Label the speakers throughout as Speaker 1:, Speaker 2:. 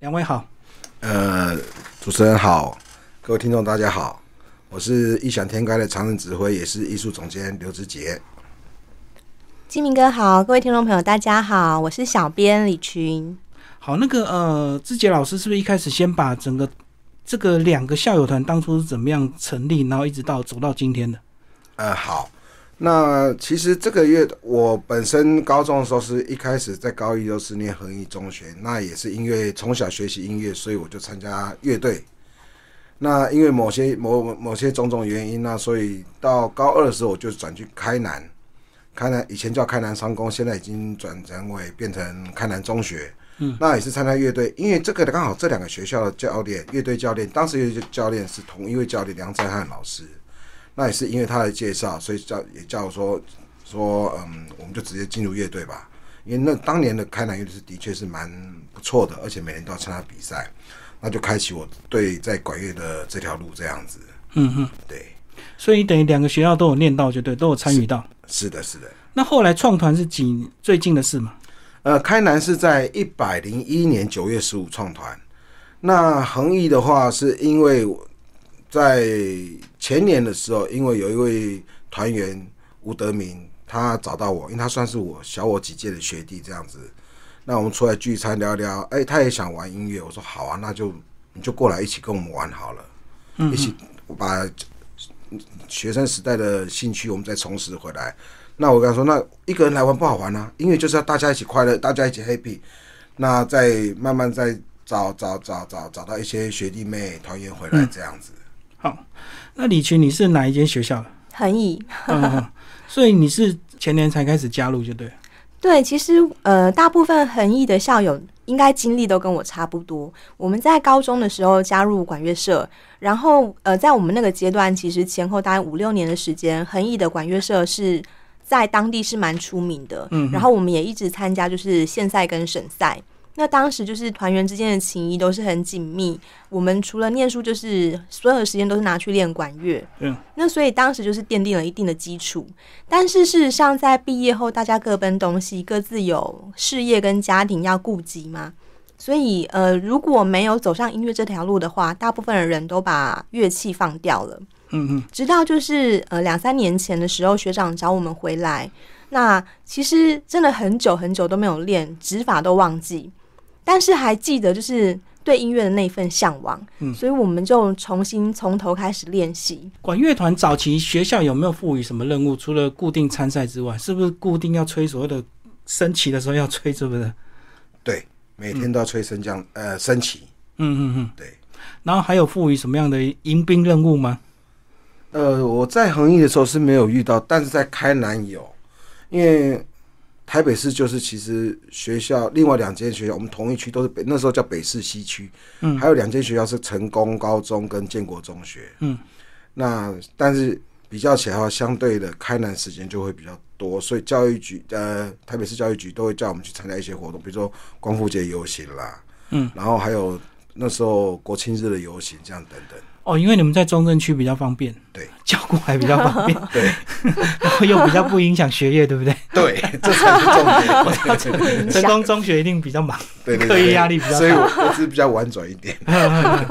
Speaker 1: 两位好，
Speaker 2: 呃，主持人好，各位听众大家好，我是异想天开的常任指挥，也是艺术总监刘志杰。
Speaker 3: 金明哥好，各位听众朋友大家好，我是小编李群。
Speaker 1: 好，那个呃，志杰老师是不是一开始先把整个这个两个校友团当初是怎么样成立，然后一直到走到今天的？
Speaker 2: 呃，好，那其实这个月我本身高中的时候是一开始在高一都是念恒毅中学，那也是因为从小学习音乐，所以我就参加乐队。那因为某些某某些种种原因，那所以到高二的时候我就转去开南，开南以前叫开南商工，现在已经转成为变成开南中学。嗯，那也是参加乐队，因为这个刚好这两个学校的教练，乐队教练，当时乐队教练是同一位教练梁在汉老师。那也是因为他的介绍，所以叫也叫我说说，嗯，我们就直接进入乐队吧。因为那当年的开南乐队是的确是蛮不错的，而且每年都要参加比赛，那就开启我对在管乐的这条路这样子。
Speaker 1: 嗯哼，
Speaker 2: 对，
Speaker 1: 所以等于两个学校都有念到，就对，都有参与到。
Speaker 2: 是的，是的。
Speaker 1: 那后来创团是几最近的事嘛？
Speaker 2: 呃，开南是在一百零一年九月十五创团，那恒毅的话是因为我在前年的时候，因为有一位团员吴德明，他找到我，因为他算是我小我几届的学弟这样子。那我们出来聚餐聊聊，哎、他也想玩音乐，我说好啊，那就你就过来一起跟我们玩好了，一起把学生时代的兴趣我们再重拾回来。那我跟他说，那一个人来玩不好玩啊，音乐就是要大家一起快乐，大家一起 happy。那再慢慢再找找找找找到一些学弟妹团员回来这样子。
Speaker 1: 好，那李群你是哪一间学校的？
Speaker 3: 恒毅，
Speaker 1: 嗯哼，所以你是前年才开始加入，就对了。
Speaker 3: 对，其实呃，大部分恒毅的校友应该经历都跟我差不多。我们在高中的时候加入管乐社，然后呃，在我们那个阶段，其实前后大概五六年的时间，恒毅的管乐社是在当地是蛮出名的。
Speaker 1: 嗯哼
Speaker 3: 然后我们也一直参加就是县赛跟省赛。那当时就是团员之间的情谊都是很紧密，我们除了念书，就是所有的时间都是拿去练管乐。
Speaker 1: 嗯，
Speaker 3: 那所以当时就是奠定了一定的基础。但是事实上，在毕业后，大家各奔东西，各自有事业跟家庭要顾及嘛。所以，呃，如果没有走上音乐这条路的话，大部分的人都把乐器放掉了。
Speaker 1: 嗯嗯，
Speaker 3: 直到就是呃两三年前的时候，学长找我们回来，那其实真的很久很久都没有练，指法都忘记，但是还记得就是对音乐的那一份向往，
Speaker 1: 嗯
Speaker 3: 所以我们就重新从头开始练习。
Speaker 1: 管乐团早期学校有没有赋予什么任务？除了固定参赛之外，是不是固定要吹所谓的升旗的时候要吹，是不嗯是？
Speaker 2: 对，每天都要吹升降、呃升旗。
Speaker 1: 嗯嗯嗯，
Speaker 2: 对。
Speaker 1: 然后还有赋予什么样的迎宾任务吗？
Speaker 2: 呃，我在恒毅的时候是没有遇到，但是在开南有，因为台北市就是其实学校另外两间学校，我们同一区都是北，那时候叫北市西区，
Speaker 1: 嗯
Speaker 2: 还有两间学校是成功高中跟建国中学，
Speaker 1: 嗯，
Speaker 2: 那但是比较起来的话，相对的开南时间就会比较多，所以教育局呃台北市教育局都会叫我们去参加一些活动，比如说光复节游行啦，
Speaker 1: 嗯，
Speaker 2: 然后还有那时候国庆日的游行这样等 等，
Speaker 1: 哦，因为你们在中正区比较方便，
Speaker 2: 对，
Speaker 1: 叫过来比较方 便，
Speaker 2: 对，
Speaker 1: 然后又比较不影响学业，对 不对？
Speaker 2: 对，这才是重点。
Speaker 1: 成功中学一定比较 忙。
Speaker 2: 对对对，
Speaker 1: 课业压力比较大
Speaker 2: 所以我我只是比较婉转一点。
Speaker 1: 嗯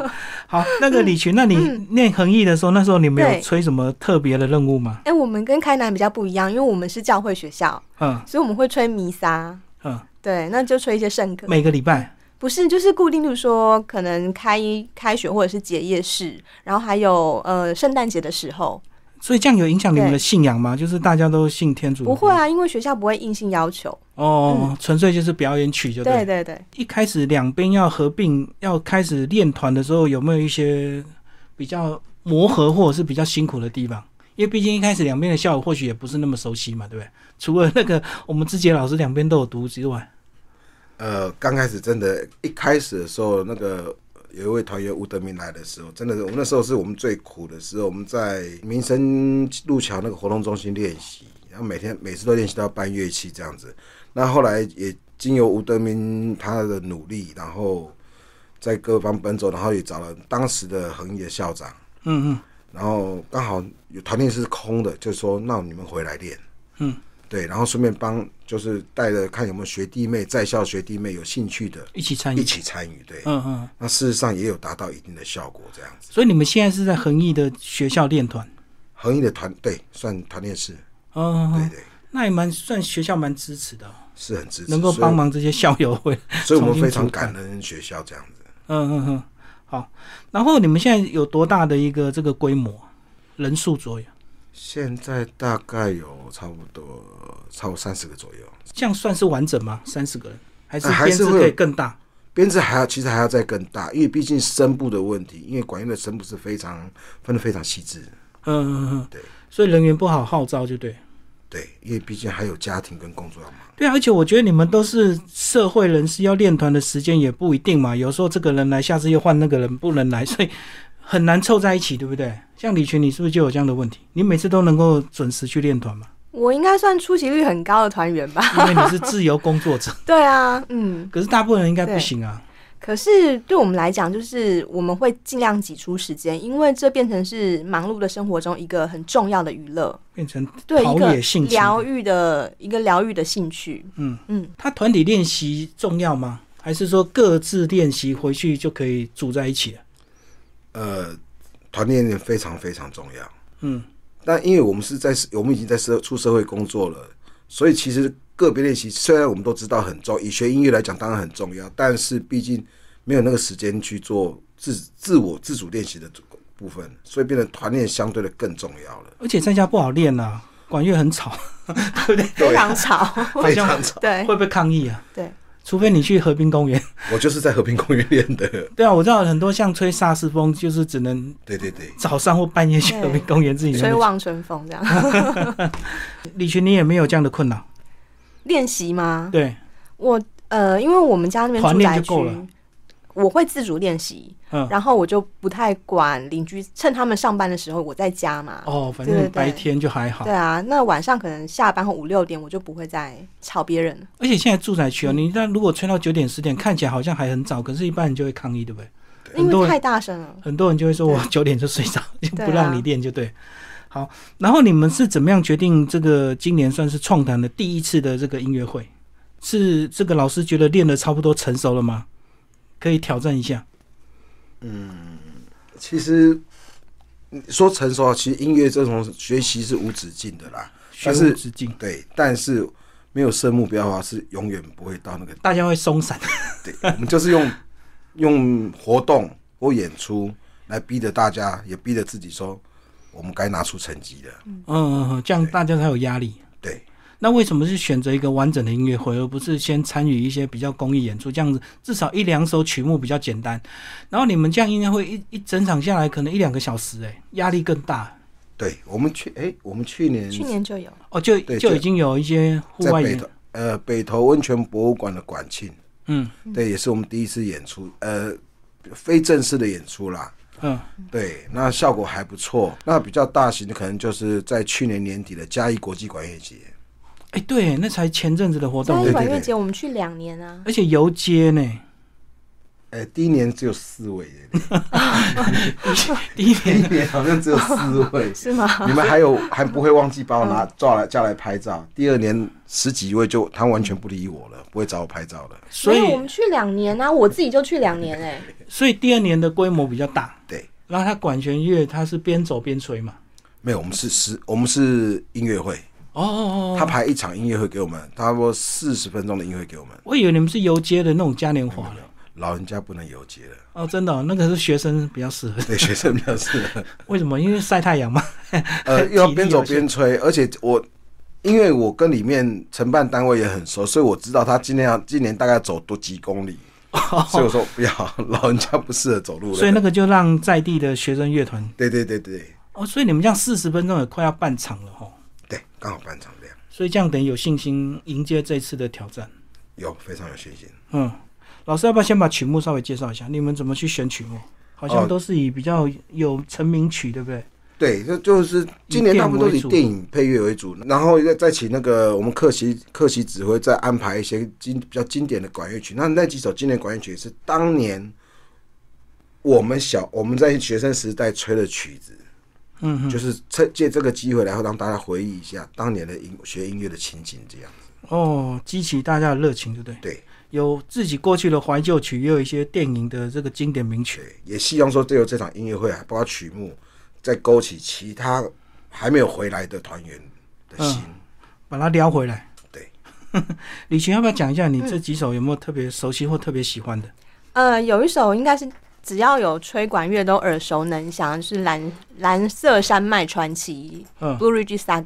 Speaker 1: 好，那个李群，那你念恒毅的时候，那时候你们有
Speaker 3: 对
Speaker 1: 吹什么特别的任务吗？
Speaker 3: 哎、我们跟开南比较不一样，因为我们是教会学校，
Speaker 1: 嗯
Speaker 3: 所以我们会吹弥撒。
Speaker 1: 嗯，
Speaker 3: 对，那就吹一些圣歌，
Speaker 1: 每个礼拜，
Speaker 3: 不是就是固定，就是说可能开开学或者是结业式，然后还有呃圣诞节的时候，
Speaker 1: 所以这样有影响你们的
Speaker 3: 对
Speaker 1: 信仰吗？就是大家都信天主？
Speaker 3: 不会啊，因为学校不会硬性要求。
Speaker 1: 哦，纯粹就是表演曲就对了。
Speaker 3: 对对对，
Speaker 1: 一开始两边要合并，要开始练团的时候，有没有一些比较磨合或者是比较辛苦的地方？因为毕竟一开始两边的校友或许也不是那么熟悉嘛，对不对？除了那个我们志杰老师两边都有读之外，
Speaker 2: 呃，刚开始真的，一开始的时候，那个有一位团员吴德明来的时候，真的是我们那时候是我们最苦的时候。我们在民生路桥那个活动中心练习，然后每天每次都练习到搬乐器这样子。那后来也经由吴德明他的努力，然后在各方奔走，然后也找了当时的恒业校长，
Speaker 1: 嗯嗯，
Speaker 2: 然后刚好有团练是空的，就说那你们回来练。
Speaker 1: 嗯，
Speaker 2: 对，然后顺便帮就是带着看有没有学弟妹在校学弟妹有兴趣的
Speaker 1: 一起参
Speaker 2: 一
Speaker 1: 与。
Speaker 2: 起参与，对，
Speaker 1: 嗯嗯，
Speaker 2: 那事实上也有达到一定的效果，这样子。
Speaker 1: 所以你们现在是在恒毅的学校练团。
Speaker 2: 恒毅的团队算团练室，
Speaker 1: 嗯，嗯
Speaker 2: 对
Speaker 1: 嗯
Speaker 2: 对，
Speaker 1: 那也蛮算学校蛮支持的哦，
Speaker 2: 是很支持，
Speaker 1: 能够帮忙这些校友会。
Speaker 2: 所以，所以我
Speaker 1: 重
Speaker 2: 们
Speaker 1: 新
Speaker 2: 非常
Speaker 1: 组团
Speaker 2: 感恩学校这样子。
Speaker 1: 嗯嗯嗯，好。然后你们现在有多大的一个这个规模，人数左右？
Speaker 2: 现在大概有差不多超过三十个左右，
Speaker 1: 这样算是完整吗？三十个人，还是
Speaker 2: 啊还
Speaker 1: 编
Speaker 2: 是
Speaker 1: 制
Speaker 2: 会有
Speaker 1: 可以更大？
Speaker 2: 编制还要其实还要再更大，因为毕竟声部的问题，因为管乐的声部是非常分得非常细致，
Speaker 1: 嗯嗯嗯，
Speaker 2: 对。
Speaker 1: 所以人员不好号召就对。
Speaker 2: 对，因为毕竟还有家庭跟工作要忙。
Speaker 1: 对啊，而且我觉得你们都是社会人士，要练团的时间也不一定嘛。有时候这个人来，下次又换那个人不能来， 所以很难凑在一起，对不对？像李群，你是不是就有这样的问题？你每次都能够准时去练团嘛？
Speaker 3: 我应该算出席率很高的团员吧？
Speaker 1: 因为你是自由工作者，
Speaker 3: 对啊，嗯。
Speaker 1: 可是大部分人应该不
Speaker 3: 对
Speaker 1: 行啊。
Speaker 3: 可是对我们来讲，就是我们会尽量挤出时间，因为这变成是忙碌的生活中一个很重要的娱乐，
Speaker 1: 变成
Speaker 3: 对
Speaker 1: 陶
Speaker 3: 一
Speaker 1: 冶性
Speaker 3: 个
Speaker 1: 情
Speaker 3: 疗愈的一个疗愈的兴趣。
Speaker 1: 嗯
Speaker 3: 嗯，
Speaker 1: 他团体练习重要吗？还是说各自练习回去就可以组在一起了？
Speaker 2: 呃，团练非常非常重要。
Speaker 1: 嗯，
Speaker 2: 但因为我们是在我们已经在社出社会工作了，所以其实个别练习虽然我们都知道很重，以学音乐来讲当然很重要，但是毕竟没有那个时间去做自自我自主练习的部分，所以变得团练相对的更重要 了。
Speaker 1: 而且在家不好练啊，管乐很吵，
Speaker 3: 非常吵，
Speaker 2: 非常吵，
Speaker 3: 对
Speaker 1: 会不会抗议啊？
Speaker 3: 对，
Speaker 1: 除非你去河滨公园。
Speaker 2: 我就是在和平公园练的。
Speaker 1: 对啊，我知道很多像吹萨斯风，就是只能
Speaker 2: 对对对，
Speaker 1: 早上或半夜去
Speaker 3: 对
Speaker 1: 河滨公园自己那
Speaker 3: 吹
Speaker 1: 边。
Speaker 3: 望春风这样
Speaker 1: 李群，你也没有这样的困扰，
Speaker 3: 练习吗？
Speaker 1: 对，
Speaker 3: 我呃，因为我们家那边
Speaker 1: 团
Speaker 3: 住
Speaker 1: 练
Speaker 3: 宅
Speaker 1: 就够
Speaker 3: 区
Speaker 1: 了，
Speaker 3: 我会自主练习，
Speaker 1: 嗯，
Speaker 3: 然后我就不太管邻居，趁他们上班的时候我在家嘛。
Speaker 1: 哦，反
Speaker 3: 对
Speaker 1: 正
Speaker 3: 对对
Speaker 1: 白天就还好
Speaker 3: 对。啊，那晚上可能下班后五六点，我就不会再吵别人了。
Speaker 1: 而且现在住宅区哦，
Speaker 3: 嗯
Speaker 1: 你那如果吹到九点十点，看起来好像还很早，可是一般人就会抗议，对不对？
Speaker 2: 对
Speaker 3: 因
Speaker 1: 很多
Speaker 3: 为
Speaker 1: 人
Speaker 3: 太大声了。
Speaker 1: 很多人就会说
Speaker 3: 对
Speaker 1: 我九点就睡 着，就
Speaker 3: 对啊
Speaker 1: 不让你练就对。好，然后你们是怎么样决定这个今年算是创坛的第一次的这个音乐会？是这个老师觉得练的差不多成熟了吗？可以挑战一下。
Speaker 2: 其实嗯说成熟啊，其实音乐这种学习是无止境的啦。
Speaker 1: 学
Speaker 2: 但
Speaker 1: 无
Speaker 2: 是
Speaker 1: 止境，
Speaker 2: 对，但是没有设目标的话，是永远不会到那个
Speaker 1: 大家会松散。
Speaker 2: 对，我们就是用用活动或演出来逼着大家，也逼着自己说，我们该拿出成绩了。
Speaker 1: 嗯嗯嗯，这样大家才有压力。
Speaker 2: 对，
Speaker 1: 那为什么是选择一个完整的音乐会，而不是先参与一些比较公益演出？这样子至少一两首曲目比较简单。然后你们这样音乐会一一整场下来，可能一两个小时、哎，压力更大。
Speaker 2: 对，我们去哎、我们去年
Speaker 3: 去年就有，
Speaker 1: 哦，就
Speaker 2: 对
Speaker 1: 就
Speaker 2: 就
Speaker 1: 已经有一些户
Speaker 2: 在
Speaker 1: 外
Speaker 2: 北
Speaker 1: 演
Speaker 2: 投呃北投温泉博物馆的馆庆，
Speaker 1: 嗯
Speaker 2: 对，也是我们第一次演出，呃，非正式的演出啦。
Speaker 1: 嗯，
Speaker 2: 对，那效果还不错。那比较大型的可能就是在去年年底的嘉义国际管乐节，
Speaker 1: 哎、对，那才前阵子的活
Speaker 3: 嘉
Speaker 1: 动
Speaker 3: 义
Speaker 2: 对，
Speaker 3: 管乐节我们去两年啊，，
Speaker 1: 而且游街呢，
Speaker 2: 哎、第一年只有四位耶，
Speaker 1: 第一
Speaker 2: 第
Speaker 1: 年
Speaker 2: 一年好像只有四 位
Speaker 3: 是吗？
Speaker 2: 你们还有还不会忘记把我拿
Speaker 1: 嗯
Speaker 2: 抓来叫来拍照。第二年十几位就他完全不理我了，不会找我拍照了。
Speaker 1: 所以
Speaker 3: 没有哎我们去两年啊，我自己就去两年哎、
Speaker 1: 所以第二年的规模比较大。
Speaker 2: 对，
Speaker 1: 然后它管弦乐它是边走边吹嘛。
Speaker 2: 没有，我们是十，我们是音乐会，
Speaker 1: 哦哦
Speaker 2: 他
Speaker 1: 哦，
Speaker 2: 排一场音乐会给我们，差不多四十分钟的音乐会给我们。
Speaker 1: 我以为你们是游街的那种嘉年华了。
Speaker 2: 老人家不能游街了，
Speaker 1: 哦，真的、哦，那个是学生比较适合。
Speaker 2: 对学生比较适合。
Speaker 1: 为什么？因为晒太阳嘛。
Speaker 2: 呃， 又要
Speaker 1: 体力
Speaker 2: 边
Speaker 1: 有
Speaker 2: 走
Speaker 1: 限
Speaker 2: 边吹，而且我因为我跟里面承办单位也很熟，所以我知道他今年要今年大概走多几 公里，所以我说不要，老人家不适合走路了。
Speaker 1: 所以那个就让在地的学生乐团
Speaker 2: 对对对对
Speaker 1: 哦，所以你们这样四十分钟也快要半场了哦，
Speaker 2: 对，刚好半场这样，
Speaker 1: 所以这样等于有信心迎接这次的挑战。
Speaker 2: 有非常有信心。
Speaker 1: 嗯，老师要不要先把曲目稍微介绍一下？你们怎么去选曲目？好像
Speaker 2: 哦
Speaker 1: 都是以比较有成名曲，对不对？
Speaker 2: 对，就就是今年大部分都是以电影配乐为主，然后再再请那个我们客席客席指挥再安排一些经比较经典的管乐曲。那那几首经典管乐曲是当年我们小我们在学生时代吹的曲子，
Speaker 1: 嗯哼，
Speaker 2: 就是趁借这个机会，然后让大家回忆一下当年的音学音乐的情景，这样。
Speaker 1: 哦，激起大家的热情，对不对？
Speaker 2: 对，
Speaker 1: 有自己过去的怀旧曲，也有一些电影的这个经典名曲。
Speaker 2: 对，也希望说借由这场音乐会，啊，包括曲目，再勾起其他还没有回来的团员的心。
Speaker 1: 把它撩回来。
Speaker 2: 对，
Speaker 1: 李群要不要讲一下你这几首有没有特别熟悉或特别喜欢的？
Speaker 3: 呃，有一首应该是只要有吹管乐都耳熟能详，是蓝《蓝色山脉传奇》
Speaker 1: 嗯
Speaker 3: Blue Ridge Saga》，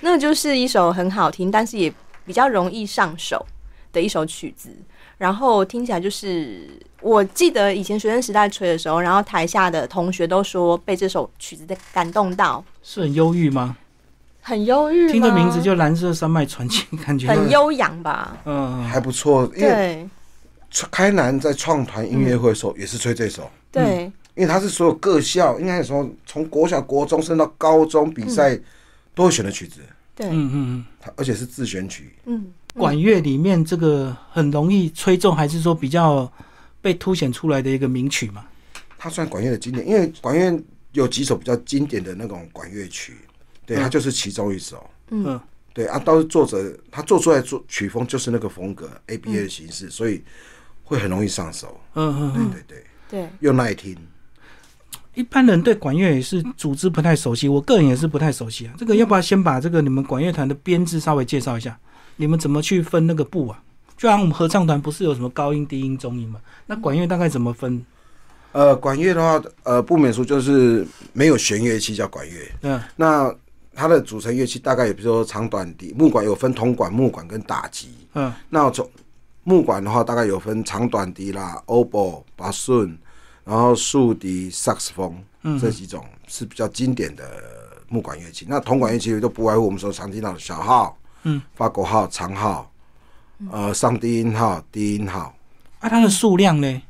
Speaker 3: 那就是一首很好听，但是也比较容易上手的一首曲子。然后听起来就是，我记得以前学生时代吹的时候，然后台下的同学都说被这首曲子感动到，
Speaker 1: 是很忧郁吗？
Speaker 3: 很忧郁吗，
Speaker 1: 听着名字就《蓝色山脉传奇》，感觉
Speaker 3: 很。悠扬吧？
Speaker 1: 嗯，
Speaker 2: 还不错，因为
Speaker 3: 对
Speaker 2: 开南在创团音乐会的时候也是吹这首，
Speaker 3: 对，
Speaker 2: 因为他是所有各校，应该说从国小、国中升到高中比赛都会选的曲子，
Speaker 3: 对，
Speaker 1: 嗯嗯
Speaker 2: 他而且是自选曲。
Speaker 3: 嗯，
Speaker 1: 嗯，管乐里面这个很容易吹中，还是说比较被凸显出来的一个名曲嘛？
Speaker 2: 它算管乐的经典，因为管乐有几首比较经典的那种管乐曲，对，
Speaker 1: 嗯
Speaker 2: 它就是其中一首。
Speaker 1: 嗯，
Speaker 2: 对啊，倒是作者他做出来作曲风就是那个风格 A B A 的形式，所以会很容易上手。
Speaker 1: 嗯嗯嗯，
Speaker 2: 对对，
Speaker 3: 对，
Speaker 2: 又耐听。
Speaker 1: 一般人对管乐也是组织不太熟悉，我个人也是不太熟悉啊。这个要不要先把这个你们管乐团的编制稍微介绍一下？你们怎么去分那个部啊？就像我们合唱团不是有什么高音、低音、中音嘛？那管乐大概怎么分？
Speaker 2: 呃，管乐的话，呃，不免俗就是没有弦乐器叫管乐。
Speaker 1: 嗯
Speaker 2: 那它的组成乐器大概也比如说长短笛，木管有分铜管、木管跟打击。
Speaker 1: 嗯
Speaker 2: 那从木管的话，大概有分长短笛啦、oboe、巴顺，然后竖笛、萨克斯风
Speaker 1: 嗯
Speaker 2: 这几种是比较经典的木管乐器。那铜管乐器都不外乎我们所常听到的小号、
Speaker 1: 嗯，
Speaker 2: 法国号、长号，呃，上低音号、低音号，
Speaker 1: 啊，它的数量呢？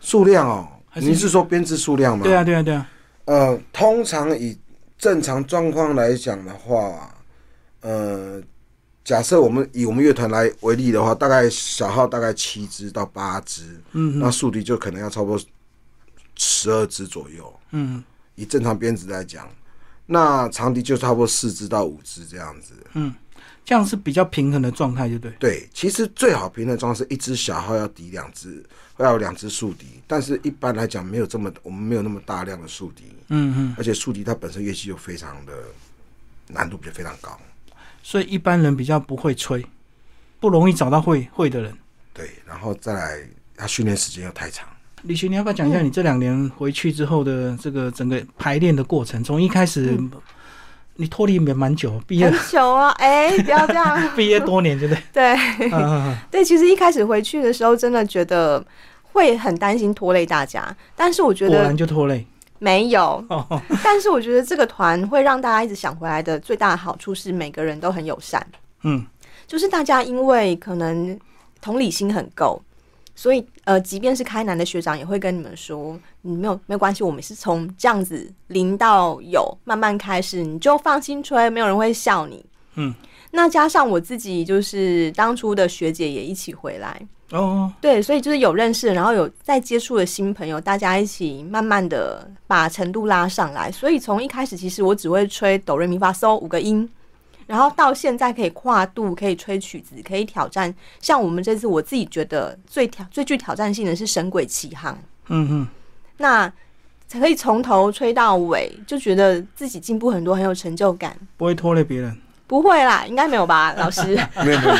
Speaker 2: 数量哦。
Speaker 1: 还是
Speaker 2: 你是说编制数量吗？
Speaker 1: 对啊，对啊，对啊，
Speaker 2: 呃，通常以正常状况来讲的话，呃，假设我们以我们乐团来为例的话，大概小号大概七支到八支，
Speaker 1: 嗯
Speaker 2: 那竖笛就可能要差不多十二支左右，
Speaker 1: 嗯
Speaker 2: 以正常编制来讲，那长笛就差不多四支到五支这样子。
Speaker 1: 嗯，这样是比较平衡的状态，对不对？
Speaker 2: 对，其实最好平衡的状态是一只小号要笛两只，要有两只竖笛，但是一般来讲没有这么，我们没有那么大量的竖笛。
Speaker 1: 嗯嗯，
Speaker 2: 而且竖笛它本身乐器就非常的难度就非常高，
Speaker 1: 所以一般人比较不会吹，不容易找到会会的人。
Speaker 2: 对，然后再来它训练时间又太长。
Speaker 1: 李寻，你要不要讲一
Speaker 3: 嗯
Speaker 1: 下你这两年回去之后的这个整个排练的过程？从一开始，
Speaker 3: 嗯
Speaker 1: 你脱离也蛮久，毕 业
Speaker 3: 很久啊，哎、不要这 样，
Speaker 1: 毕业多年，对不对？
Speaker 3: 对。
Speaker 1: 嗯嗯
Speaker 3: 对，其实一开始回去的时候，真的觉得会很担心拖累大家，但是我觉
Speaker 1: 嗯果
Speaker 3: 得
Speaker 1: 然就拖累。。
Speaker 3: 没有
Speaker 1: 哦，
Speaker 3: 但是我觉得这个团会让大家一直想回来的最大的好处是，每个人都很友善，
Speaker 1: 嗯
Speaker 3: 就是大家因为可能同理心很够。所以，呃，即便是开南的学长也会跟你们说，你没有没有关系，我们是从这样子零到有，慢慢开始，你就放心吹，没有人会笑你。
Speaker 1: 嗯，
Speaker 3: 那加上我自己，就是当初的学姐也一起回来，
Speaker 1: 哦，
Speaker 3: 对，所以就是有认识，然后有再接触的新朋友，大家一起慢慢的把程度拉上来。所以从一开始，其实我只会吹哆瑞咪发嗦五个音，然后到现在可以跨度，可以吹曲子，可以挑战。像我们这次，我自己觉得最挑最具挑战性的是《神鬼奇航》，
Speaker 1: 嗯嗯，
Speaker 3: 那可以从头吹到尾，就觉得自己进步很多，很有成就感。
Speaker 1: 不会拖累别人。
Speaker 3: 不会啦，应该没有吧，老师？
Speaker 2: 没有没有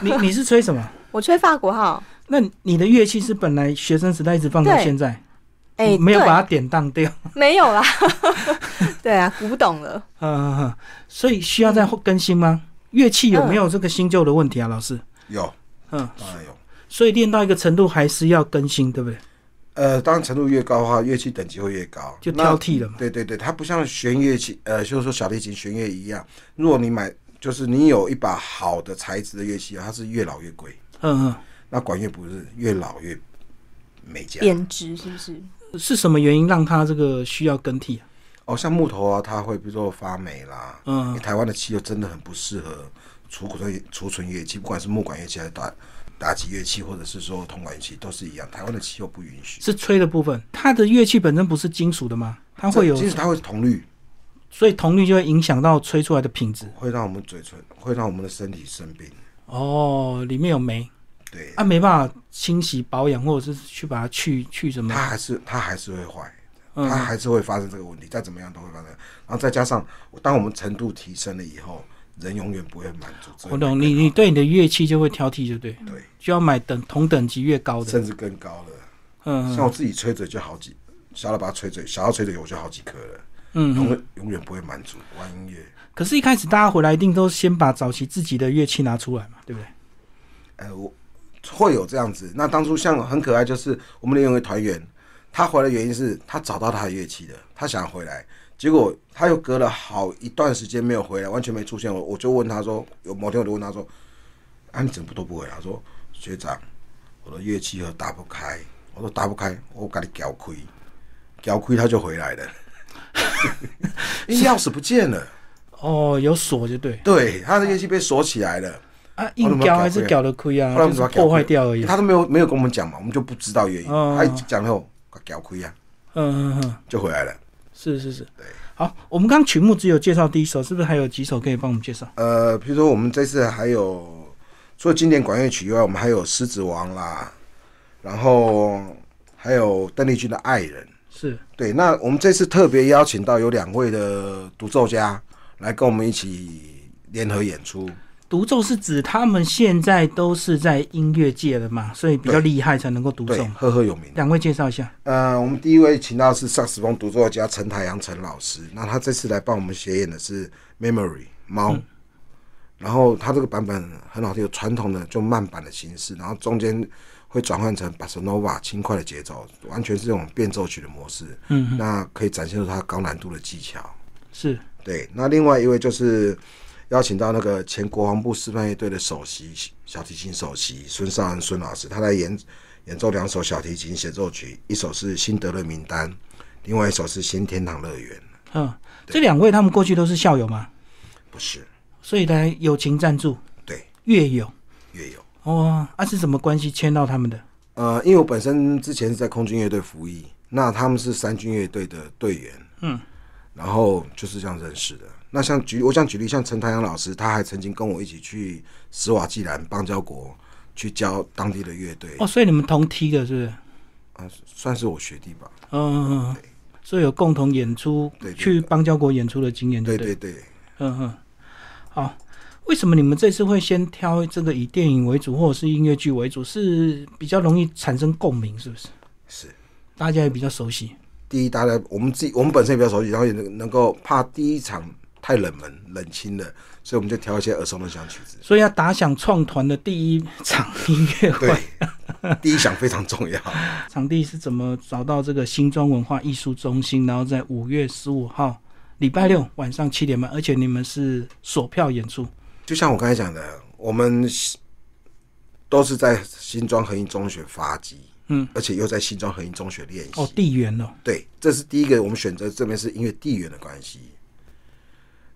Speaker 2: 没有，
Speaker 1: 你你是吹什么？
Speaker 3: 我吹法国号，
Speaker 1: 那你的乐器是本来学生时代一直放到
Speaker 3: 对
Speaker 1: 现在，
Speaker 3: 哎、
Speaker 1: 没有
Speaker 3: 对
Speaker 1: 把它典当掉。
Speaker 3: 没有啦， 对啊，古董了。
Speaker 1: 嗯嗯嗯，所以需要再更新吗？乐器有没有这个新旧的问题啊，老师？
Speaker 2: 有
Speaker 1: 嗯，
Speaker 2: 当然有。
Speaker 1: 所以练到一个程度还是要更新，对不对？
Speaker 2: 呃，当然程度越高的话，乐器等级会越高，
Speaker 1: 就
Speaker 2: 那
Speaker 1: 挑剔了嘛。
Speaker 2: 对对对，它不像弦乐器，呃，就是说小提琴、弦乐一样，如果你买，就是你有一把好的材质的乐器，它是越老越贵。
Speaker 1: 嗯
Speaker 2: 那管乐不是越老越没价
Speaker 3: 贬值是不是？
Speaker 1: 嗯，是什么原因让它这个需要更替啊？
Speaker 2: 哦，像木头啊，它会比如说发霉啦，因
Speaker 1: 嗯
Speaker 2: 为台湾的汽油真的很不适合储存储存乐器，不管是木管乐器还是打打击乐器，或者是说铜管乐器，都是一样。台湾的汽油不允许，
Speaker 1: 是吹的部分，它的乐器本身不是金属的吗？它会有
Speaker 2: 其实它会铜绿，
Speaker 1: 所以铜绿就会影响到吹出来的品质。
Speaker 2: 会让我们嘴唇，会让我们的身体生病。
Speaker 1: 哦，里面有霉，
Speaker 2: 对，
Speaker 1: 啊，没办法清洗保养，或者是去把它去去什么
Speaker 2: 它，还是它还是会坏，
Speaker 1: 嗯
Speaker 2: 它还是会发生这个问题，再怎么样都会发生。然后再加上，当我们程度提升了以后，人永远不会满足。只会
Speaker 1: 我懂
Speaker 2: 变
Speaker 1: 你，
Speaker 2: 更
Speaker 1: 你对你的乐器就会挑剔，就对，
Speaker 2: 好对，
Speaker 1: 就要买等同等级越高的。
Speaker 2: 甚至更高了。
Speaker 1: 嗯
Speaker 2: 像我自己吹嘴就好几，小喇叭吹嘴，小到吹嘴我就好几颗了，
Speaker 1: 嗯，
Speaker 2: 永
Speaker 1: 嗯
Speaker 2: 远永远不会满足。玩音乐，
Speaker 1: 可是，一开始大家回来一定都先把早期自己的乐器拿出来嘛，对不对？
Speaker 2: 呃，我会有这样子。那当初像很可爱，就是我们的有一个团员，他回来的原因是他找到他的乐器了，他想回来，结果他又隔了好一段时间没有回来，完全没出现。我我就问他说，有某天我就问他说，啊，你怎么都不回来？他说学长，我的乐器盒打不开。我说打不开，我给你搅亏，搅亏他就回来了， 因为钥匙不见了，
Speaker 1: 哦，有锁就对
Speaker 2: 对，他的乐器被锁起来了。
Speaker 1: 啊，硬胶还是搞得亏啊，
Speaker 2: 后来我
Speaker 1: 就
Speaker 2: 们
Speaker 1: 是
Speaker 2: 把它
Speaker 1: 破坏掉而已。
Speaker 2: 他都没有没有跟我们讲嘛，我们就不知道原因。
Speaker 1: 哦
Speaker 2: 他一讲以后，搞亏啊，
Speaker 1: 嗯嗯嗯，
Speaker 2: 就回来了。
Speaker 1: 是是是
Speaker 2: 对。
Speaker 1: 好，我们刚刚曲目只有介绍第一首，是不是还有几首可以帮我们介绍？
Speaker 2: 呃，比如说我们这次还有除了经典管乐曲以外，我们还有《狮子王》啦，然后还有邓丽君的《爱人》。
Speaker 1: 是
Speaker 2: 对，那我们这次特别邀请到有两位的独奏家来跟我们一起联合演出。
Speaker 1: 独奏是指他们现在都是在音乐界的嘛，所以比较
Speaker 2: 对
Speaker 1: 厉害才能够独
Speaker 2: 对
Speaker 1: 奏，。
Speaker 2: 赫赫有名。
Speaker 1: 两位介绍一下。
Speaker 2: 呃，我们第一位请到是萨克斯风独奏家陈台阳陈老师，那他这次来帮我们协演的是《Memory 猫》然后他这个版本很好听，有传统的就慢版的形式，然后中间会转换成 b a s s nova 轻快的节奏，完全是这种变奏曲的模式，
Speaker 1: 嗯，
Speaker 2: 那可以展现出他高难度的技巧。
Speaker 1: 是
Speaker 2: 对，那另外一位就是邀请到那个前国防部示范乐队的首席小提琴首席孙少恩孙老师，他来演演奏两首小提琴协奏曲，一首是《辛德勒名单》，另外一首是《新天堂乐园》。
Speaker 1: 嗯，这两位他们过去都是校友嘛，
Speaker 2: 不是，
Speaker 1: 所以来友情赞助
Speaker 2: 对，
Speaker 1: 乐友
Speaker 2: 乐友。
Speaker 1: 哦，啊是什么关系签到他们的？
Speaker 2: 呃，因为我本身之前是在空军乐队服役，那他们是三军乐队的队员，
Speaker 1: 嗯，
Speaker 2: 然后就是这样认识的。那像举，我想举例，像陈太阳老师，他还曾经跟我一起去斯瓦季兰邦交国去教当地的乐队，
Speaker 1: 哦，所以你们同梯的是不是？
Speaker 2: 啊，算是我学弟吧。
Speaker 1: 嗯嗯嗯，所以有共同演出
Speaker 2: 对对
Speaker 1: 去邦交国演出的经验，
Speaker 2: 对
Speaker 1: 不
Speaker 2: 对对，
Speaker 1: 嗯嗯，好。为什么你们这次会先挑这个以电影为主，或者是音乐剧为主，是比较容易产生共鸣，是不是？
Speaker 2: 是。
Speaker 1: 大家也比较熟悉。
Speaker 2: 第一，大家我们自己我们本身也比较熟悉，然后也能能够怕第一场太冷门冷清了，所以我们就挑一些耳熟能详的曲
Speaker 1: 。
Speaker 2: 子
Speaker 1: 所以要打响创团的第一场音乐会，
Speaker 2: 对，第一响非常重要。
Speaker 1: 场地是怎么找到这个新庄哦文化艺术中心？然后在五月十五号礼拜六晚上七点半，而且你们是锁票演出。
Speaker 2: 就像我刚才讲的，我们都是在新庄恒益中学发迹，
Speaker 1: 嗯，
Speaker 2: 而且又在新庄恒益中学练习。
Speaker 1: 哦，地缘哦，
Speaker 2: 对，这是第一个我们选择这边是因为地缘的关系，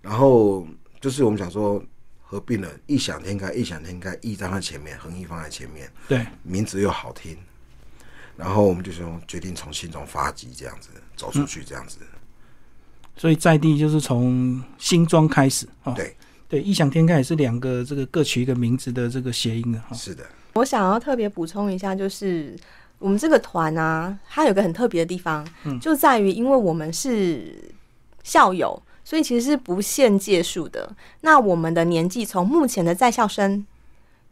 Speaker 2: 然后就是我们想说合并了，异想天开，异想天开，异放在前面，横一放在前面，
Speaker 1: 对，
Speaker 2: 名字又好听，然后我们就说决定从新中发迹这样子走出去这样子，
Speaker 1: 所以在地就是从新庄开始哦。
Speaker 2: 对
Speaker 1: 对，异想天开也是两个这个各取一个名字的这个谐音的哈。
Speaker 2: 是的，
Speaker 3: 我想要特别补充一下，就是我们这个团啊，它有个很特别的地方，就在于因为我们是校友，所以其实是不限届数的。那我们的年纪从目前的在校生，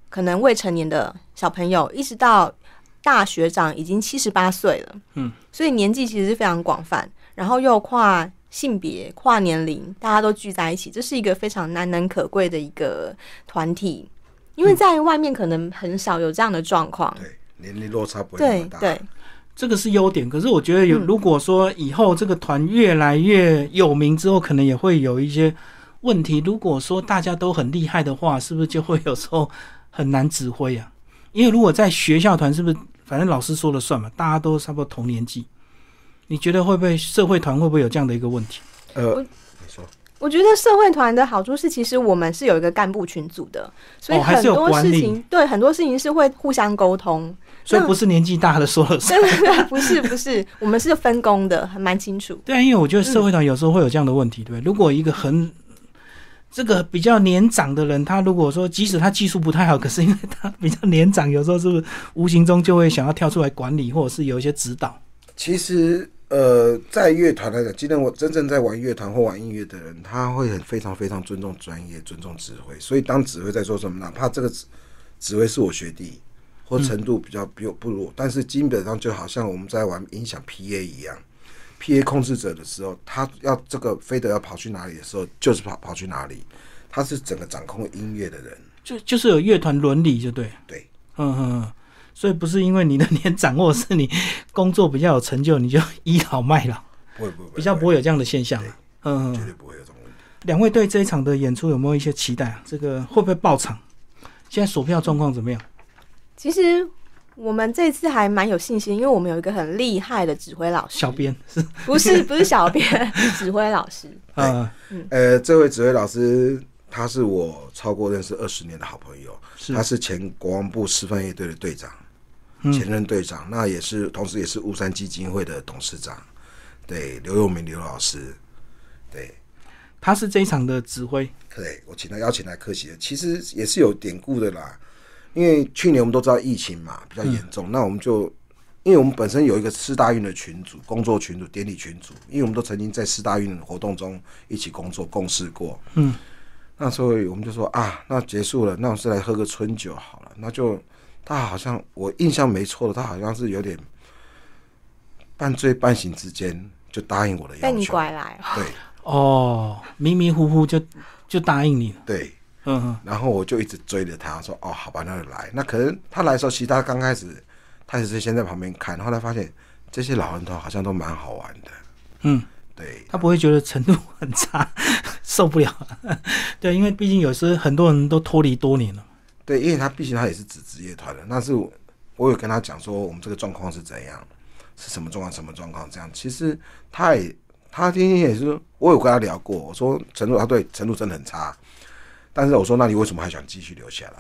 Speaker 3: 可能未成年的小朋友，一直到大学长已经七十八岁了，
Speaker 1: 嗯，
Speaker 3: 所以年纪其实是非常广泛，然后又跨。性别、跨年龄，大家都聚在一起，这是一个非常难能可贵的一个团体。因为在外面可能很少有这样的状况。
Speaker 2: 对，年龄落差不会那
Speaker 3: 对
Speaker 2: 么大，
Speaker 3: 对，
Speaker 1: 这个是优点，可是我觉得有，
Speaker 3: 嗯
Speaker 1: 如果说以后这个团越来越有名之后，可能也会有一些问题。如果说大家都很厉害的话，是不是就会有时候很难指挥啊？因为如果在学校团，是不是反正老师说了算嘛？大家都差不多同年纪，你觉得会不会社会团会不会有这样的一个问题？
Speaker 2: 呃
Speaker 3: 我，
Speaker 2: 你说
Speaker 3: 我觉得社会团的好处是，其实我们是有一个干部群组的，所以
Speaker 1: 哦还
Speaker 3: 很
Speaker 1: 是有
Speaker 3: 多
Speaker 1: 管
Speaker 3: 事
Speaker 1: 理
Speaker 3: 情、对很多事情是会互相沟通。
Speaker 1: 所以不是年纪大了说了算。
Speaker 3: 对对对， 不是不是，我们是分工的，还蛮清楚。
Speaker 1: 对啊，因为我觉得社会团有时候会有这样的问题，对不对？如果一个很这个比较年长的人，他如果说即使他技术不太好，可是因为他比较年长，有时候是不是无形中就会想要跳出来管理，或者是有一些指导？
Speaker 2: 其实，呃，在乐团来讲，今天我真正在玩乐团或玩音乐的人，他会很非常非常尊重专业，尊重指挥。所以，当指挥在说什么，哪怕这个指指挥是我学弟，或程度比较比我不如我，但是基本上就好像我们在玩音响 PA 一样，PA 控制者的时候，他要这个非得要跑去哪里的时候，就是跑跑去哪里，他是整个掌控音乐的人。
Speaker 1: 就就是有乐团伦理，就对。
Speaker 2: 对，
Speaker 1: 嗯嗯。嗯所以不是因为你的年长，或者是你工作比较有成就，你就倚老卖老，
Speaker 2: 不会不会，
Speaker 1: 比较不会有这样的现象啊。嗯，嗯
Speaker 2: 绝
Speaker 1: 嗯
Speaker 2: 对不会有这种问题。
Speaker 1: 两位对这一场的演出有没有一些期待啊？这个会不会爆场？现在索票状况怎么样？
Speaker 3: 其实我们这次还蛮有信心，因为我们有一个很厉害的指挥 老师，
Speaker 1: 小编是
Speaker 3: 不是不是小编，是指挥 老师。
Speaker 1: 呃
Speaker 2: 呃，这位指挥老师，他是我超过认识二十年的好朋友，
Speaker 1: 是
Speaker 2: 他是前国防部示范乐队的队长，
Speaker 1: 嗯
Speaker 2: 前任队长，那也是同时也是雾山基金会的董事长，对刘佑明刘老师，对
Speaker 1: 他是这一场的指挥，
Speaker 2: 对，我请他邀请来客席的，其实也是有典故的啦，因为去年我们都知道疫情嘛比较严重，那我们就。因为我们本身有一个四大运的群组、工作群组、典礼群组，因为我们都曾经在四大运活动中一起工作、共事过。
Speaker 1: 嗯，
Speaker 2: 那时候我们就说啊，那结束了，那我们是来喝个春酒好了。那就他好像我印象没错的，他好像是有点半醉半醒之间就答应我的
Speaker 3: 被
Speaker 2: 要
Speaker 3: 你
Speaker 2: 求。
Speaker 3: 拐来哦，
Speaker 2: 对
Speaker 1: 哦，迷迷糊糊就就答应你了，
Speaker 2: 对，
Speaker 1: 嗯嗯，
Speaker 2: 然后我就一直追着他说哦，好吧，那就来。那可能他来的时候，其实他刚开始他也是先在旁边看，后来发现这些老人团好像都蛮好玩的。
Speaker 1: 嗯，
Speaker 2: 对
Speaker 1: 他不会觉得程度很差， 受不了，对，因为毕竟有时很多人都脱离多年了，
Speaker 2: 对，因为他毕竟他也是子职业团的，那是我我有跟他讲说我们这个状况是怎样，是什么状况，什么状况这样。其实他也他今天也是，我有跟他聊过，我说程度他对程度真的很差，但是我说那你为什么还想继续留下来？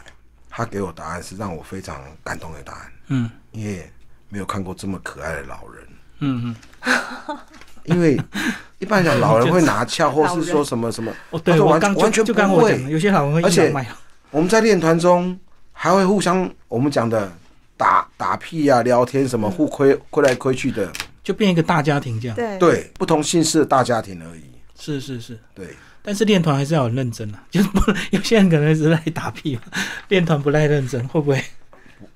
Speaker 2: 他给我答案是让我非常感动的答案，
Speaker 1: 嗯
Speaker 2: 因为没有看过这么可爱的老人。
Speaker 1: 嗯嗯，
Speaker 2: 因为 一般讲 老人会拿翘，或是说什么什么，
Speaker 1: 哦，对
Speaker 2: 他说
Speaker 1: 我
Speaker 2: 完
Speaker 1: 刚
Speaker 2: 完全
Speaker 1: 就就刚
Speaker 2: 不
Speaker 1: 我
Speaker 2: 会
Speaker 1: 讲的，有些老人会
Speaker 2: 而
Speaker 1: 倚
Speaker 2: 且
Speaker 1: 老卖老，啊
Speaker 2: 我们在练团中还会互相我们讲的打打屁啊、聊天什么，互亏亏来亏去的，
Speaker 1: 就变一个大家庭这样，
Speaker 3: 对，
Speaker 2: 对，不同姓氏的大家庭而已。
Speaker 1: 是是是。
Speaker 2: 对，
Speaker 1: 但是练团还是要很认真啊， 就是不有些人可能只是来打屁嘛，练团不太认真，会不会？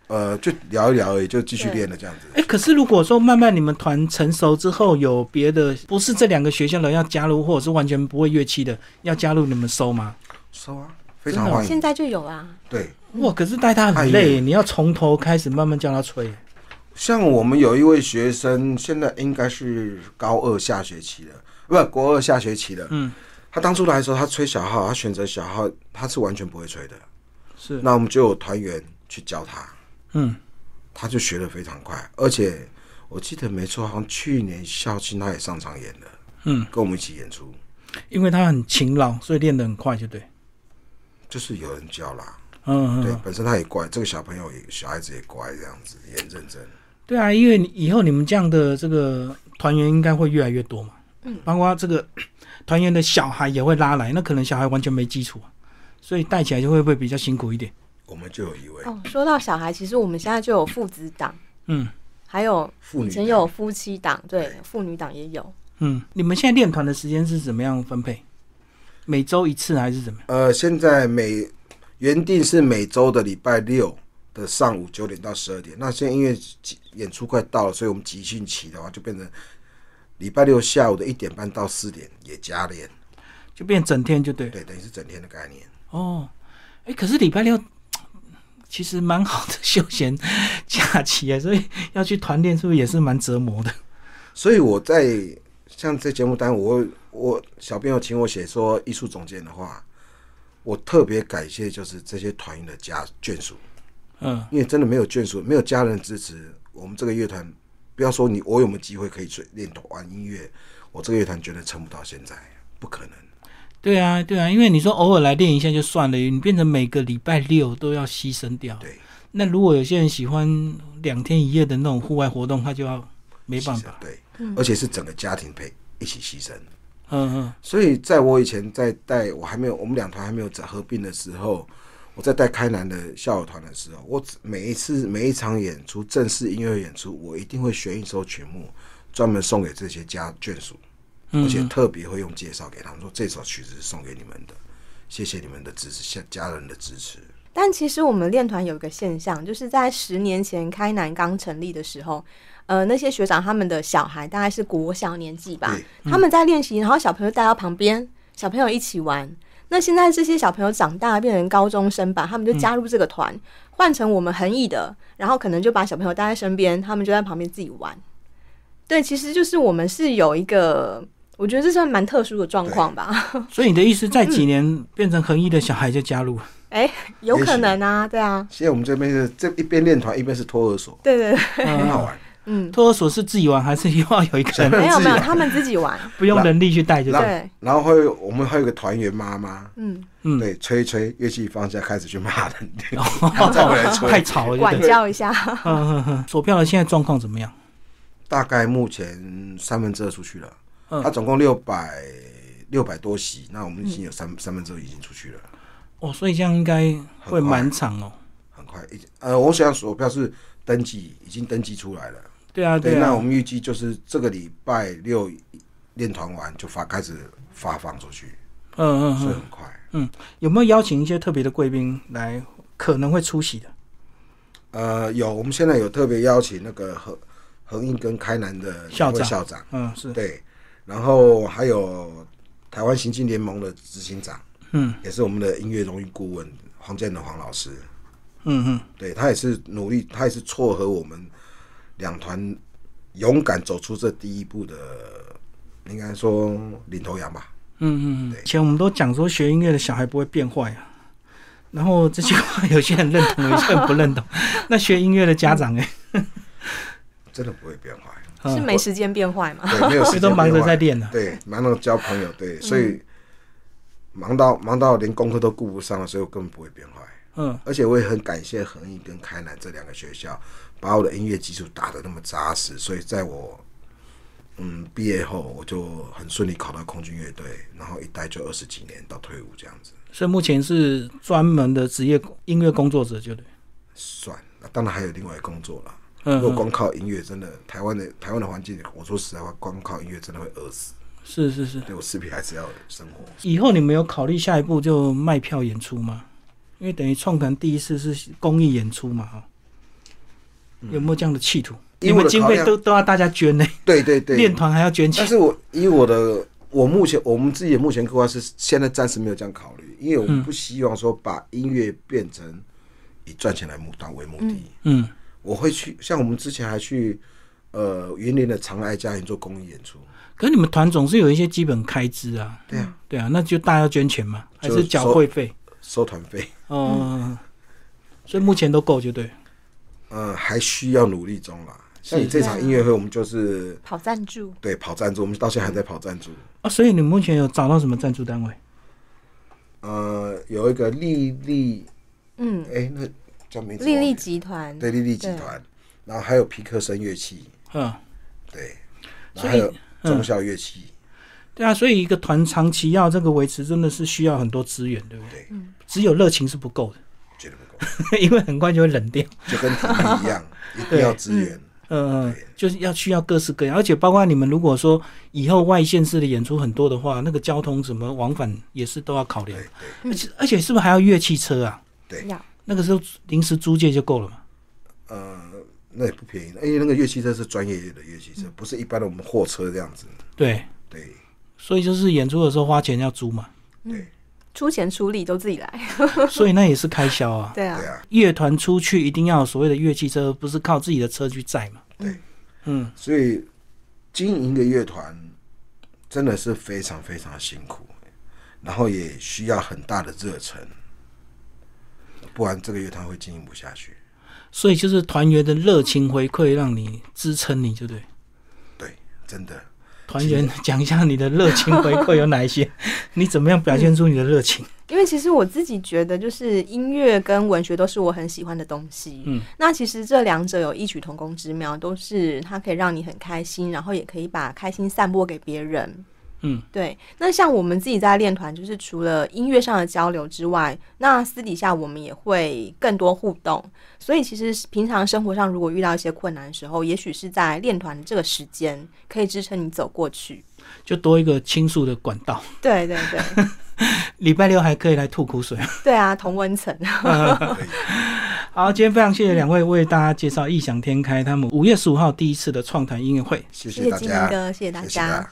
Speaker 2: 呃，就聊一聊而已，就继续练了这样子。
Speaker 1: 哎、可是如果说慢慢你们团成熟之后，有别的不是这两个学校的要加入，或者是完全不会乐器的要加入你们收吗？
Speaker 2: 收啊，非常欢
Speaker 3: 哦现
Speaker 2: 迎。
Speaker 3: 在就有啊啦。
Speaker 2: 对，
Speaker 1: 哇，可是带他很
Speaker 2: 太
Speaker 1: 累
Speaker 2: 累
Speaker 1: 耶，你要从头开始慢慢教他吹耶。
Speaker 2: 像我们有一位学生，现在应该是高二下学期了，不，国二下学期了。
Speaker 1: 嗯，
Speaker 2: 他当初来的时候，他吹小号，他选择小号，他是完全不会吹的。
Speaker 1: 是，
Speaker 2: 那我们就有团员去教他。
Speaker 1: 嗯，
Speaker 2: 他就学得非常快，而且我记得没错，好像去年校庆他也上场演了，
Speaker 1: 嗯，
Speaker 2: 跟我们一起演出，
Speaker 1: 因为他很勤劳，所以练得很快，就对。
Speaker 2: 就是有人教啦，
Speaker 1: 嗯，嗯
Speaker 2: 对
Speaker 1: 嗯，
Speaker 2: 本身他也乖，这个小朋友也小孩子也乖，这样子也很认真，
Speaker 1: 对啊，因为你以后你们这样的这个团员应该会越来越多嘛。嗯，包括这个 团员的小孩也会拉来，那可能小孩完全没基础啊，所以带起来就会不会比较辛苦一点？
Speaker 2: 我们就有一位
Speaker 3: 哦，说到小孩，其实我们现在就有父子档，
Speaker 1: 嗯
Speaker 3: 还有
Speaker 2: 妇
Speaker 3: 以
Speaker 2: 女
Speaker 3: 前有夫妻档，对，妇女档也有。
Speaker 1: 嗯，你们现在练团的时间是怎么样分配？每周一次还是怎么样？
Speaker 2: 呃，现在每原定是每周的礼拜六的上午九点到十二点，那现在因为集演出快到了，所以我们集训期的话就变成礼拜六下午的一点半到四点也加练，
Speaker 1: 就变整天就对。
Speaker 2: 对，等于是整天的概念。
Speaker 1: 哦，哎，可是礼拜六其实蛮好的休闲假期啊，所以要去团练是不是也是蛮折磨的？
Speaker 2: 所以我在像这节目单，我会我小编有请我写说艺术总监的话，我特别感谢就是这些团员的家眷属，
Speaker 1: 嗯，
Speaker 2: 因为真的没有眷属，没有家人支持，我们这个乐团，不要说你我有没有机会可以去练团玩音乐，我这个乐团绝对撑不到现在，不可能。
Speaker 1: 对啊，对啊，因为你说偶尔来练一下就算了，你变成每个礼拜六都要牺牲掉，
Speaker 2: 对，
Speaker 1: 那如果有些人喜欢两天一夜的那种户外活动，他就要没办法。
Speaker 2: 对，而且是整个家庭陪一起牺牲。
Speaker 1: 嗯嗯，
Speaker 2: 所以在我以前在带我还没有我们两团还没有合并的时候，我在带开南的校友团的时候，我只每一次每一场演出正式音乐会演出，我一定会选一首曲目专门送给这些家眷属，
Speaker 1: 嗯
Speaker 2: 而且特别会用介绍给他们说这首曲子是送给你们的，谢谢你们的支持，谢家人的支持。
Speaker 3: 但其实我们练团有一个现象，就是在十年前开南刚成立的时候，呃，那些学长他们的小孩大概是国小年纪吧
Speaker 2: 对，
Speaker 3: 他们在练习，然后小朋友带到旁边，小朋友一起玩。那现在这些小朋友长大变成高中生吧，他们就加入这个团，换成我们恒毅的，然后可能就把小朋友带在身边，他们就在旁边自己玩。对，其实就是我们是有一个，我觉得这算蛮特殊的状况吧。
Speaker 1: 嗯所以你的意思，在几年变成恒一的小孩就加入了？
Speaker 3: 有
Speaker 2: 也许
Speaker 3: 可能啊，对啊，
Speaker 2: 现在我们这边是这一边练团一边是托儿所，
Speaker 3: 对对对，
Speaker 2: 很好
Speaker 1: 嗯，
Speaker 2: 玩，
Speaker 3: 嗯，
Speaker 1: 托儿所是自己玩还是要有一个人
Speaker 2: 他们
Speaker 3: 没有
Speaker 2: 自己
Speaker 3: 没有，
Speaker 2: 玩
Speaker 3: 他们自己玩。
Speaker 1: 不用人力去带就
Speaker 2: 那
Speaker 1: 对？
Speaker 3: 对，
Speaker 2: 然后会我们还有一个团员妈妈，
Speaker 3: 嗯，
Speaker 1: 嗯，
Speaker 2: 对，吹一吹乐器放下开始去骂人，然后再回来吹。
Speaker 1: 太吵了就
Speaker 3: 管
Speaker 1: 对。
Speaker 3: 教一下。
Speaker 1: 嗯嗯嗯，索票的现在状况怎么样？
Speaker 2: 大概目前三分之二出去了，
Speaker 1: 嗯
Speaker 2: 它总共六百六百多席，那我们已经有
Speaker 1: 嗯
Speaker 2: 三、三分之二已经出去了，
Speaker 1: 哦，所以这样应该会满场哦。
Speaker 2: 很快。一呃，我想所票是登记已经登记出来了，
Speaker 1: 对啊，对
Speaker 2: 那我
Speaker 1: 啊，
Speaker 2: 们预计就是这个礼拜六练团完就发开始发放出去，
Speaker 1: 嗯嗯
Speaker 2: 所以
Speaker 1: 嗯，
Speaker 2: 很快。
Speaker 1: 有没有邀请一些特别的贵宾来可能会出席的？
Speaker 2: 呃，有我们现在有特别邀请那个恒恒印跟开南的两
Speaker 1: 校
Speaker 2: 位
Speaker 1: 长
Speaker 2: 校长，
Speaker 1: 嗯，是，
Speaker 2: 对，然后还有台湾行进联盟的执行长，
Speaker 1: 嗯
Speaker 2: 也是我们的音乐荣誉顾问黄建的黄老师，
Speaker 1: 嗯嗯，
Speaker 2: 对他也是努力，他也是撮合我们两团勇敢走出这第一步的，应该说领头羊吧。
Speaker 1: 嗯嗯，嗯，以前我们都讲说学音乐的小孩不会变坏啊，然后这句话有些人认同，有些人不认同。那学音乐的家长哎、
Speaker 2: 真的不会变坏，
Speaker 1: 嗯
Speaker 3: 是没时间变坏吗？
Speaker 2: 对，没有时
Speaker 1: 所以
Speaker 2: 间
Speaker 1: 都忙着
Speaker 2: 变坏
Speaker 1: 在练嗯呢、
Speaker 2: 对，忙着交朋友，对，所以忙到忙到连功课都顾不上了，所以我根本不会变坏。
Speaker 1: 嗯
Speaker 2: 而且我也很感谢恒毅跟开南这两个学校，把我的音乐基础打得那么扎实，所以在我嗯毕业后，我就很顺利考到空军乐队，然后一待就二十几年到退伍这样子，
Speaker 1: 所以目前是专门的职业音乐工作者，就对。
Speaker 2: 算。那当然还有另外一个工作啦。
Speaker 1: 嗯
Speaker 2: 如果
Speaker 1: 嗯，
Speaker 2: 光靠音乐，真的台湾的台湾的环境，我说实在话，光靠音乐真的会饿死。
Speaker 1: 是是是。
Speaker 2: 对我势必还是要生活。
Speaker 1: 以后你们有考虑下一步就卖票演出吗？因为等于创团第一次是公益演出嘛，哈、有没有这样的企图？
Speaker 2: 以
Speaker 1: 你
Speaker 2: 嗯我
Speaker 1: 们
Speaker 2: 的
Speaker 1: 经
Speaker 2: 考
Speaker 1: 费
Speaker 2: 量
Speaker 1: 都都要大家捐呢、
Speaker 2: 对对对，
Speaker 1: 练团还要捐钱。
Speaker 2: 但是我以我的我目前我们自己的目前规划是，现在暂时没有这样考虑，因为我们不希望说把音乐变成以赚钱来目当为目的。
Speaker 1: 嗯
Speaker 2: 我会去，像我们之前还去呃云林的长爱家园做公益演出，
Speaker 1: 可是你们团总是有一些基本开支啊，
Speaker 2: 对啊，
Speaker 1: 对啊，那就大家要捐钱嘛，还
Speaker 2: 就是嗯
Speaker 1: 缴
Speaker 2: 收
Speaker 1: 会费？
Speaker 2: 收团费，
Speaker 1: 哦，所以目前都够就对。
Speaker 2: 呃，还需要努力中啦。像你
Speaker 1: 是
Speaker 2: 这场音乐会，我们就是
Speaker 3: 跑赞助，
Speaker 2: 对跑赞助，我们到现在还在跑赞助。
Speaker 1: 啊，所以你目前有找到什么赞助单位？
Speaker 2: 呃，有一个丽丽，
Speaker 3: 嗯，
Speaker 2: 哎，那叫名字
Speaker 3: 丽
Speaker 2: 忘
Speaker 3: 丽
Speaker 2: 记
Speaker 3: 集团
Speaker 2: 了，对丽丽集团，然后还有皮克森乐器，
Speaker 1: 嗯，
Speaker 2: 对，然
Speaker 1: 所
Speaker 2: 后
Speaker 1: 以
Speaker 2: 还有
Speaker 1: 嗯
Speaker 2: 中小乐器，
Speaker 1: 对啊，所以一个团长期要这个维持，真的是需要很多资源，对不对？
Speaker 2: 对
Speaker 3: 嗯
Speaker 1: 只有热情是不够
Speaker 2: 绝对不够，
Speaker 1: 的， 因为很快就会冷掉。
Speaker 2: 就跟体育一样，一定要支 援。
Speaker 1: 呃，就是要需要各式各样，而且包括你们如果说以后外县市的演出很多的话，那个交通什么往返也是都要考量
Speaker 2: 对。
Speaker 1: 而且而且是不是还要乐器车啊？
Speaker 2: 对
Speaker 3: 要
Speaker 1: 那个时候临时租借就够了嘛。
Speaker 2: 呃，那也不便宜，因为那个乐器车是专业的乐器
Speaker 3: 嗯
Speaker 2: 车，不是一般的我们货车这样子。
Speaker 1: 对，
Speaker 2: 对，
Speaker 1: 所以就是演出的时候花钱要租 嘛，
Speaker 3: 嗯出钱出力都自己来，
Speaker 1: 所以那也是开销啊。
Speaker 3: 对啊
Speaker 2: 对，啊，
Speaker 1: 乐团出去一定要有所谓的乐器车，不是靠自己的车去载嘛？
Speaker 2: 对，
Speaker 1: 嗯，
Speaker 2: 所以经营一个乐团真的是非常非常辛苦，然后也需要很大的热忱，不然这个乐团会经营不下去。
Speaker 1: 所以就是团员的热情回馈让你支撑你，就对。
Speaker 2: 对，真的，
Speaker 1: 团员讲一下你的热情回馈有哪一些？你怎么样表现出你的热情？
Speaker 3: 因为其实我自己觉得，就是音乐跟文学都是我很喜欢的东西。
Speaker 1: 嗯，
Speaker 3: 那其实这两者有异曲同工之妙，都是它可以让你很开心，然后也可以把开心散播给别人。
Speaker 1: 嗯，
Speaker 3: 对。那像我们自己在练团，就是除了音乐上的交流之外，那私底下我们也会更多互动。所以其实平常生活上如果遇到一些困难的时候，也许是在练团的这个时间可以支撑你走过去。
Speaker 1: 就多一个倾诉的管道。
Speaker 3: 对对对，
Speaker 1: 礼拜六还可以来吐苦水。
Speaker 3: 对啊，同温层。
Speaker 1: 好，今天非常谢谢两位为大家介绍异想天开他们五月十五号第一次的创坛音乐会。
Speaker 2: 谢
Speaker 3: 谢谢
Speaker 2: 大
Speaker 3: 金明
Speaker 2: 家，
Speaker 3: 哥，谢谢大
Speaker 2: 谢谢
Speaker 3: 家。